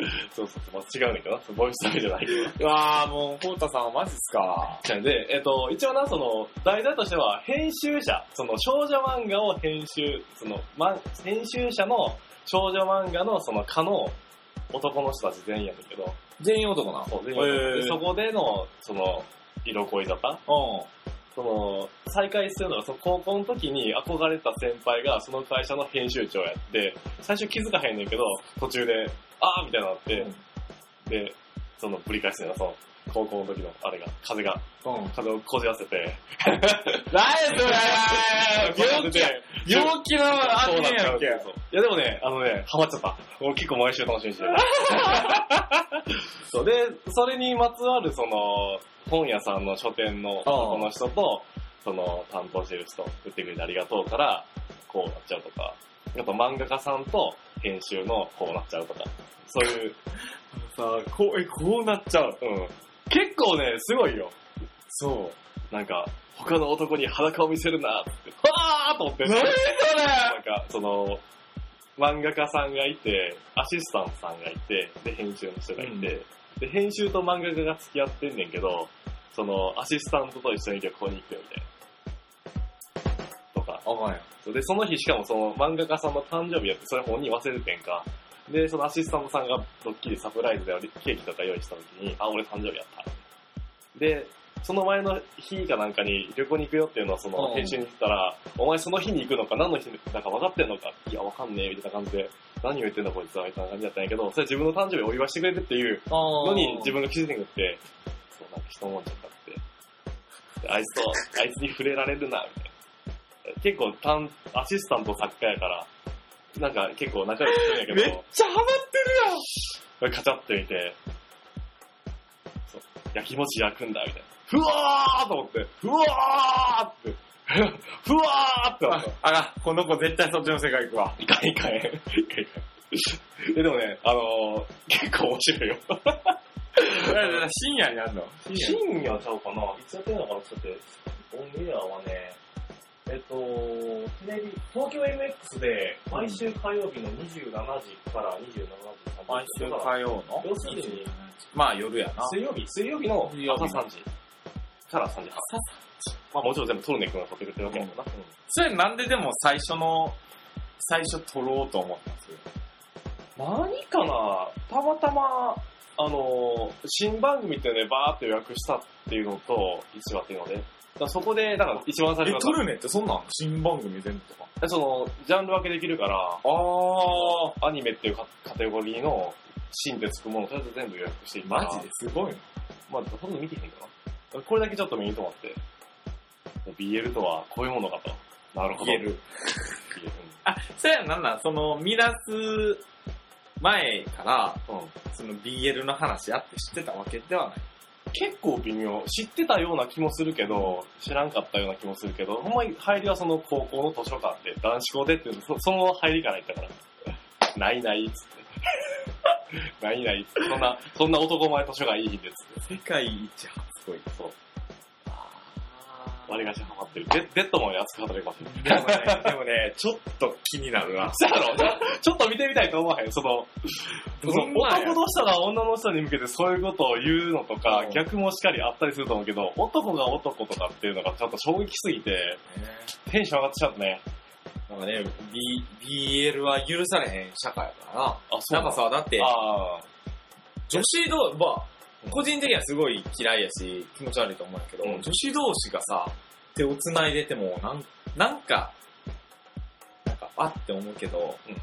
S2: 違う。そうそうそう、まあ、違うんだけどな。そうボイスだけじゃないけど。
S1: うわあもう、コウタさんはマジっすか。
S2: じゃあで、えっと、一応な、その、題材としては、編集者、その少女漫画を編集、その、ま、編集者の少女漫画のその科の男の人たち全員やねんけど、
S1: 全員男な。
S2: そう全員やねんけど
S1: へー
S2: でそこでの、その、色恋沙汰
S1: う
S2: その、再会するのが、その高校の時に憧れた先輩が、その会社の編集長やって、最初気づかへんねんけど、途中で、あーみたいになって、で、その、ぶり返すねんな、その、高校の時の、あれが、風が、
S1: ん。うん。
S2: 風をこじらせて、
S1: 何それ
S2: 病
S1: 病気
S2: 気
S1: や
S2: や。
S1: 病気のアニメやんけ。
S2: いやでもね、あのね、ハマっちゃった。俺結構毎週楽しみに してる。そうで、それにまつわるその、本屋さんの書店の男の人と、その担当してる人、売ってくれてありがとうから、こうなっちゃうとか、あと漫画家さんと編集のこうなっちゃうとか、そういう、
S1: さあ、こう、え、こうなっちゃう。
S2: うん。結構ね、すごいよ。
S1: そう。
S2: なんか、他の男に裸を見せるなって、わーっと思って。
S1: 何それ
S2: なんか、その、漫画家さんがいて、アシスタントさんがいて、で、編集の人がいて、
S1: うん
S2: で、編集と漫画家が付き合ってんねんけど、その、アシスタントと一緒に旅行に行くよ、みたいな。とか。
S1: あかんや
S2: そうで、その日しかもその漫画家さんの誕生日やって、それ本人忘れてんか。で、そのアシスタントさんがドッキリサプライズでケーキとか用意した時に、あ、俺誕生日やった。で、その前の日かなんかに旅行に行くよっていうのをそ
S1: うん
S2: の編集に言ったら、お前その日に行くのか何の日だか分かってんのかいや、分かんねえ、みたいな感じで、何を言ってんだこいつは、みたいな感じだったんやけど、それ自分の誕生日をお祝いしてくれてっていう
S1: あ
S2: のに自分が気づいてなくって、そう、なんか人もんちゃったって。であいつと、あいつに触れられるな、みたいな。結構、担アシスタント作家やから、なんか結構仲良くするん
S1: め
S2: や
S1: っ
S2: けど、
S1: ちゃハマっ
S2: これカチャってみて、そう、焼き餅焼くんだ、みたいな。ふわーと思って、ふわーって、ふわーってなった。
S1: あら、この子絶対そっちの世界行くわ。
S2: いかんいかん。いかんいかん。えでもね、あのー結構面白いよ。
S1: 深夜になるの
S2: 深夜ちゃうかないつやってんのかなちょっと待って、オンエアはね、えっと、テレビ、東京 MX で毎週火曜日の27時から27時3
S1: 毎週火曜の
S2: 要するに
S1: まあ夜やな。
S2: 水曜日、水曜日の
S1: 水曜日
S2: 朝3時から3時半。まあもちろん全部トルネ君が撮ってくれてるわけやもんな。
S1: それなんででも最初の、最初撮ろうと思ったんですよ。
S2: 何かなたまたま、あのー新番組っていうのでバーって予約したっていうのと、一話っていうので、だからそこで、だから一番最初
S1: え、
S2: は
S1: トルネってそんなん新番組全部とか。
S2: その、ジャンル分けできるから、
S1: あ
S2: アニメっていうカカテゴリーのシーンでつくものをとりあえず全部予約していっ
S1: ー、
S2: たら
S1: マジですごいな。
S2: まあ、ほとんど見てへんけどな。これだけちょっと目に留まって、BL とはこういうものかと。なるほど。
S1: BL。
S2: BL
S1: あ、それはなんなんその、見出す前から、
S2: うんうん
S1: その BL の話あって知ってたわけではない。
S2: 結構微妙。知ってたような気もするけど、知らんかったような気もするけど、ほんまに入りはその 高校の図書館で、男子校でっていうの、そその入りから行ったから。ないないっつって。 何々っつってそんな、そんな男前図書がいい日です。
S1: 世界一初恋。
S2: そう。
S1: あ
S2: 割り箸ハマってる。デデッドマンより熱く働きますよ。
S1: でもね、でもね、ちょっと気になるな。
S2: そやろちょちょっと見てみたいと思わへん。その、その
S1: どんなんや
S2: 男の人が女の人に向けてそういうことを言うのとか
S1: う、ん
S2: 逆もしっかりあったりすると思うけど、男が男とかっていうのがちょっと衝撃すぎて、テンション上がってきちゃったね。
S1: なんかね、B、BL は許されへん社会やからな。
S2: あ、
S1: なんかさ、だって、
S2: ああ。
S1: 女子同、まあ、個人的にはすごい嫌いやし、気持ち悪いと思うんやけど、
S2: うん
S1: 女子同士がさ、手を繋いでても、なん、なんか、なんか、あって思うけど、
S2: うん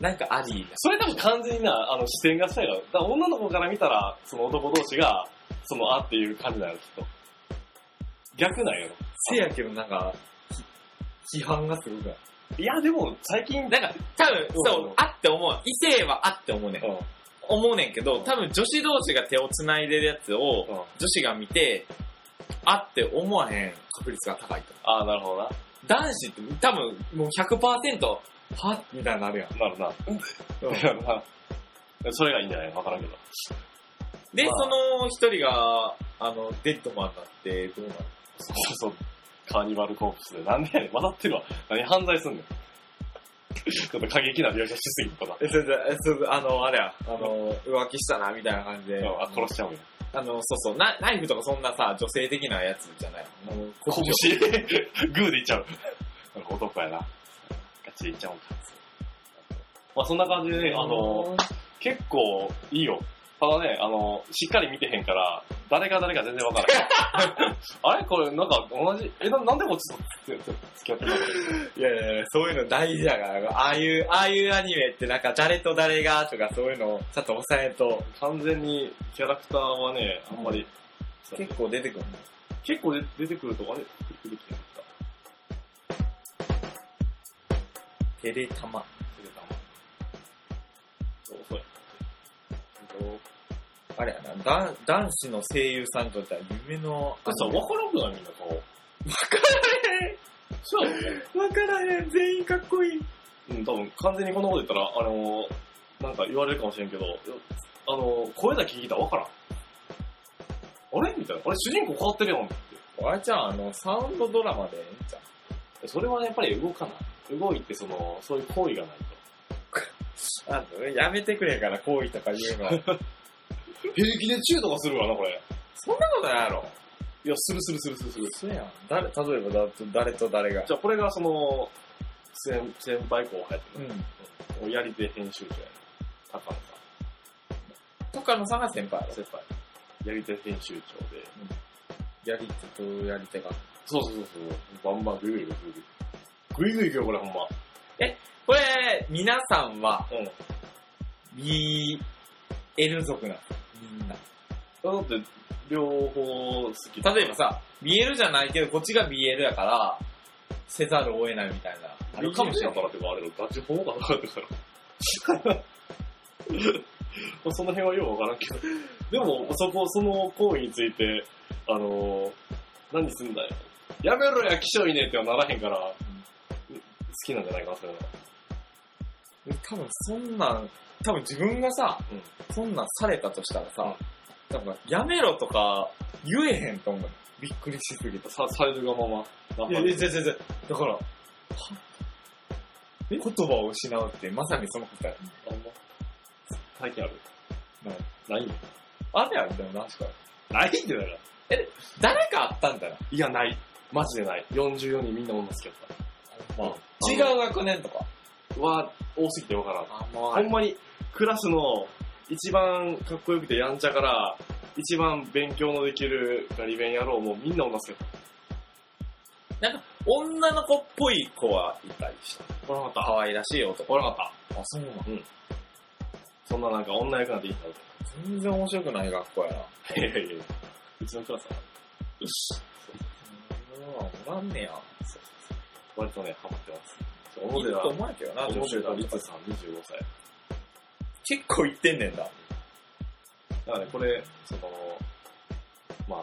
S1: なんかあり、
S2: それ多分完全にな、あの、視点がしたいよ。だから女の子から見たら、その男同士が、その、あっていう感じなの、きっと。逆なんよ。
S1: せやけどなんか、き批判がすごくない。
S2: いや、でも、最近、、
S1: なんか、多分、そううんあって思う。異性はあって思うねん
S2: う。ん、うん、
S1: 思うねんけど、多分女子同士が手を繋いでるやつを、女子が見て、あって思わへん確率が高いと思
S2: ああ、なるほどな。
S1: う。男子って多分もう100%、はみたいになるやん。
S2: なるな。だよな。 それがいいんじゃないわからんけど。
S1: で、
S2: まあ
S1: その一人が、あの、デッドマンになって、どうなる
S2: そう そう。カーニバルコープスで。なんでやねん。混ざってるわ。何犯罪すんねん。ちょっと過激な描写しすぎたな。
S1: え、それえ、それあの、あれや、あの、浮気したな、みたいな感じで。
S2: あ、殺しちゃうんや。
S1: あの、そうそう、ナナイフとかそんなさ、女性的なやつじゃない。もう
S2: 拳、
S1: 拳
S2: グーでいっちゃう。なんか男やな。ガチでいっちゃうんか。まあそんな感じでね、あの、、結構いいよ。ただね、あの、しっかり見てへんから、誰が誰か全然わからへ ん。あれこれなんか同じ、え、ななんでこっちと付き合ってんの
S1: いやいやいや、そういうの大事だから、ああいう、ああいうアニメってなんか誰と誰がとかそういうのをちょっと抑えると、
S2: 完全にキャラクターはね、あんまり、
S1: 結構出てくる
S2: 結構で出てくると、あれ出てきてなかった。
S1: テレタマ。
S2: 出てたそうそうや
S1: あれやな、だ男子の声優さんにとっては夢の。
S2: だってさ、わからんくないみんな顔。わからへんそうやね。
S1: わからへん、全員かっこいい。
S2: うん、多分完全にこのこと言ったら、あのー、なんか言われるかもしれんけど、あのー、声だけ聞いたらわからん。あれみたいな。あれ主人公変わってるやんって。
S1: あれじゃん、あの、サウンドドラマでええんちゃう
S2: それはね、やっぱり動かない。動いて、その、そういう行為がない
S1: あやめてくれから、行為とか言 うの。そんなこと
S2: と。平気でチューとかするわな、これ。
S1: ないやろ。
S2: いや、するするするするする。
S1: そうやん。誰、例えばだと誰と誰が。
S2: じゃあ、これがその、先先輩後輩と
S1: う
S2: か、
S1: ん。
S2: うん、やり手編集長やね。高野
S1: 高野さんが先輩やろ
S2: さん、先輩。やり手編集長で。
S1: やり手とやり手が。
S2: そうそうそうそう。バンバングイグイグイグイ。グイグイ行くよ、これほんま。
S1: これ、皆さんは、
S2: うん。
S1: BL 族なの。みんな。
S2: だって、両方好き。
S1: 例えば、さ、BL じゃないけど、こっちが BL だから、せざるを得ないみたいな。。
S2: あるかもしれんかららってか、あれのガチ法かなかったから。まあその辺はようわからんけど。でも、そこ、その行為について、あのー、何すんだよ。やめろや、気象いねってはならへんから、好きなんじゃないかな、それは。
S1: 多分そんなん、多分自分がさ、
S2: うん
S1: そんなんされたとしたらさ、多分やめろとか言えへんと思う。びっくりしすぎた。
S2: さ、されるがまま。
S1: いやいや、違う違う違う。だから、は言葉を失うってまさにそのことや。
S2: あんま。最近ある
S1: ない。
S2: ない
S1: あれやんだよな、確か。
S2: ないってだから。
S1: 誰かあったんだよ。
S2: いや、ない。マジでない。44人みんな女好きやっ
S1: まあ
S2: の
S1: 違う学年とか。
S2: た。は、多すぎてわからん。
S1: あんまわ
S2: ほんまに、クラスの一番かっこよくてやんちゃから、一番勉強のできるガリ勉野郎もみんな女好きやっ
S1: 女の子っぽい子はいたりした。
S2: た。おらんかっ
S1: 可愛らしい
S2: た。
S1: 男。
S2: おらんかっ
S1: あ、そうなの
S2: た。そんななんか女役なんていいんだろ
S1: 全然面白くない学校やな。
S2: う。いやいやいや。うちのクラスは、
S1: うん、おらんねや。
S2: 割とね、ハマってます。
S1: いい
S2: 表
S1: と
S2: だ、
S1: 思うやけどな、
S2: 表だ、
S1: 女
S2: リ
S1: 子
S2: ツ
S1: が
S2: さん25歳。
S1: 結構行ってんねんだ。
S2: だからね、これ、その、まあ、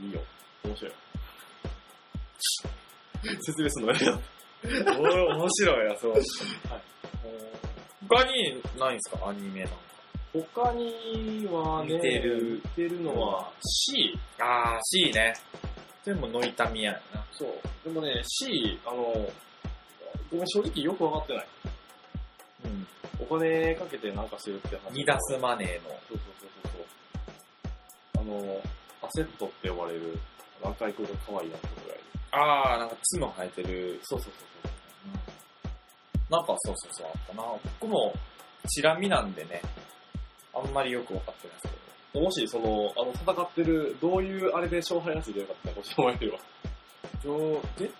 S2: いいよ。面 白いよ。説明するのね。
S1: お面白いや、そう。
S2: はい
S1: おー他にないんすかアニメなんか。
S2: 他にはね、
S1: 似てる。
S2: 似てるのは C。
S1: ああ、C ね。全部ノイタミヤやな。
S2: そう。でもね、C、あの、ごめん、正直よくわかってない。
S1: うん。
S2: お金かけてなんかするって話。
S1: 煮出すマネーの。
S2: そうそうそうそう。あの、アセットって呼ばれる、赤い子が可愛いやつぐらい。
S1: ああ、なんか角生えてる。
S2: そうそうそうそう。
S1: なんかそうそうそう、あったな。僕も、チラ見なんでね、あんまりよくわかってないですけど。
S2: もし、その、あの、戦ってる、どういうあれで勝敗らしいでよかったら教えてもらえるわ。
S1: 上、で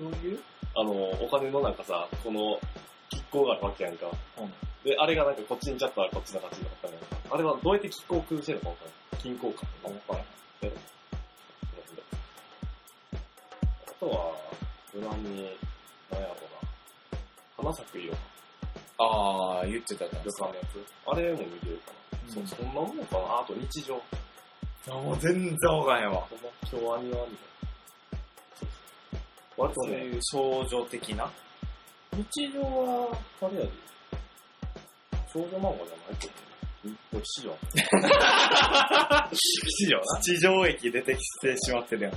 S1: どういう
S2: あの、お金のなんかさ、この、拮抗があるわけやんか。
S1: うん
S2: で、あれがなんかこっちにちゃったらこっちの勝ちになったりとかあれはどうやって拮抗を崩せるのかわかんない。均衡感
S1: あ、
S2: と
S1: わ
S2: かも。
S1: からん。
S2: あとは、無難に、なんやろうな。花咲く色。
S1: ああ、言ってたじゃないで
S2: 旅
S1: すか
S2: 館の。やつ。あれも見てるかな。
S1: そ
S2: そうう、そんなもんかな。あと日常。
S1: そう。もう全然わかんないわ。
S2: ほんま、今日はにはみたいな。割と
S1: そう
S2: ね、
S1: いう少女的 な。
S2: 日常は、あれやで。少女漫画じゃないと思う。これ七条
S1: 地上な。地上駅出てきてしまってるやん。
S2: や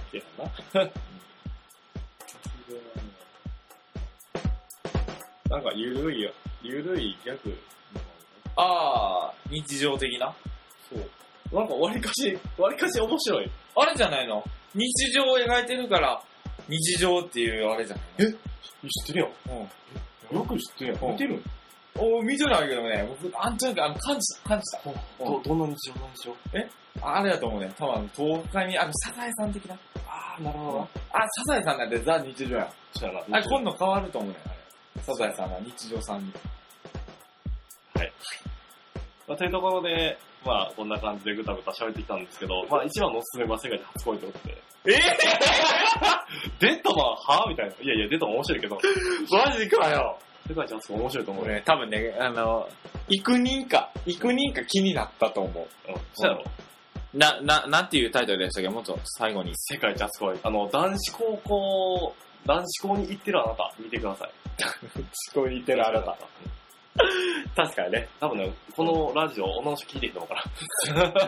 S2: な。なん か、ゆるいよ。ゆるいギャグ。
S1: ああ、日常的な。
S2: そう。なんか、わりかし、わりかし面白い。
S1: あれじゃないの日常を描いてるから、日常っていうあれじゃないの
S2: 知ってるやん。よく知ってるや
S1: うん
S2: ん。似てるん
S1: うん。お見てないけどね、僕、あんとなく、あの、感じた、感じた。
S2: ど、どんな日常なんでしょう
S1: ああれだと思うね。多分、東海に、あの、サザエさん的な。
S2: あー、なるほ
S1: ど。あ、サザエさんなんてザ日常やん。
S2: そうやな。
S1: あ、今度変わると思うね、あれ。サザエさんが日常さんに。
S2: まあ、というところで、まあ、こんな感じでぐたぐた喋ってきたんですけど、まあ、一番のおすすめは世界で初恋ってことで。
S1: え
S2: デッドマンはみたいな。いやいや、デッドマン面白いけど、
S1: マジかよ
S2: 世界で初恋面白いと思うよ。
S1: 俺、多分ね、あの、幾人か、幾人か気になったと思
S2: うん。そうやろ。
S1: う。な、な、なんていうタイトルでしたっけもっと最後に。
S2: 世界一初恋。あの、男子高校、男子校に行ってるあなた、見てください。
S1: 聞こえて
S2: るあなた。
S1: 確かにね。
S2: 多分ね、このラジオ、女の人聞いてると思うから。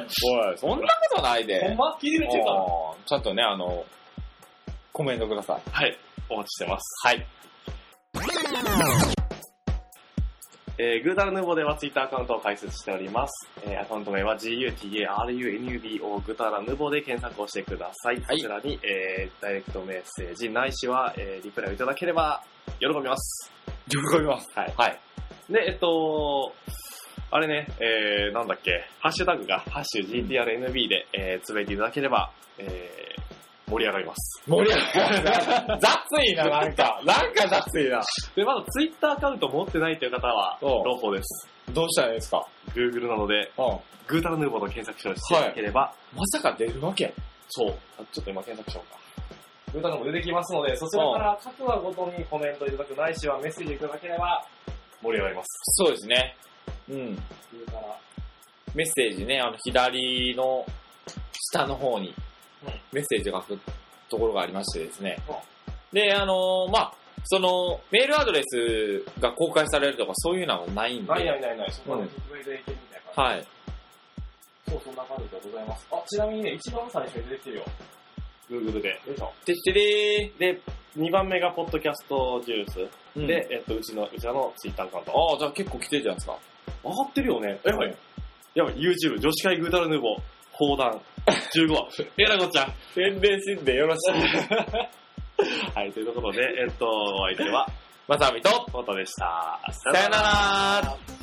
S1: おい、そんなことないで。
S2: ほんま聞いてるっていうか。
S1: おーちゃんとね、あの、コメントください。
S2: はい。お待ちしてます。
S1: はい。
S2: えー、グータルヌーボーではツイッターアカウントを開設しております。えー、アカウント名は GUTARUNUBO グータラヌーボーで検索をしてください。
S1: はい
S2: こちらに、えー、ダイレクトメッセージ、ないしは、えー、リプライをいただければ、喜びます。
S1: 喜びます。
S2: はい。はい。で、えっと、あれね、えー、なんだっけ、ハッシュタグが、ハッシュ GTRNB で、えー、つぶやいていただければ、えー、盛り上がります。
S1: 盛り上がる。 雑いな、なんか。なんか雑いな。
S2: で、まだツイッターアカウント持ってないという方は、
S1: おう
S2: 朗報です。
S1: どうしたらいいですか
S2: Google なので、
S1: うん。ま
S2: グータラヌーボーの検索書をしていただければ、
S1: さか出るわけ
S2: そう。あちょっと今検索しようか。グータラも出てきますので、そちらから各話ごとにコメントいただくないしはメッセージいただければ、盛り上がります。
S1: そうですね。うん。
S2: グータラ
S1: メッセージね、あの、左の下の方に
S2: うん
S1: メッセージを書くところがありましてですね。で、あのーまあ、その、メールアドレスが公開されるとかそういうのはないんで。
S2: ないないないない、そこ
S1: う
S2: で
S1: ん
S2: 特別でいけるみたいな感じ。
S1: はい。
S2: そう、そんな感じでございます。あ、ちなみにね、一番最初に出てきてるよ。Google で。よいしょ。
S1: でしてれ
S2: で、2番目がポッドキャストジュース。
S1: ー。
S2: で、、えっと、うちの、うちらのツイッターアカウント。
S1: ああ、じゃあ結構来てるじゃないですか。
S2: あ、上がってるよね。やばい。やばい、YouTube、女子会グータルヌーボー、砲弾、15話。えらいこっちゃ。
S1: 宣伝しんでよろしい。
S2: はい、ということで、えっと、お相手は、
S1: まさみと、
S2: コートでした。さ
S1: さよなら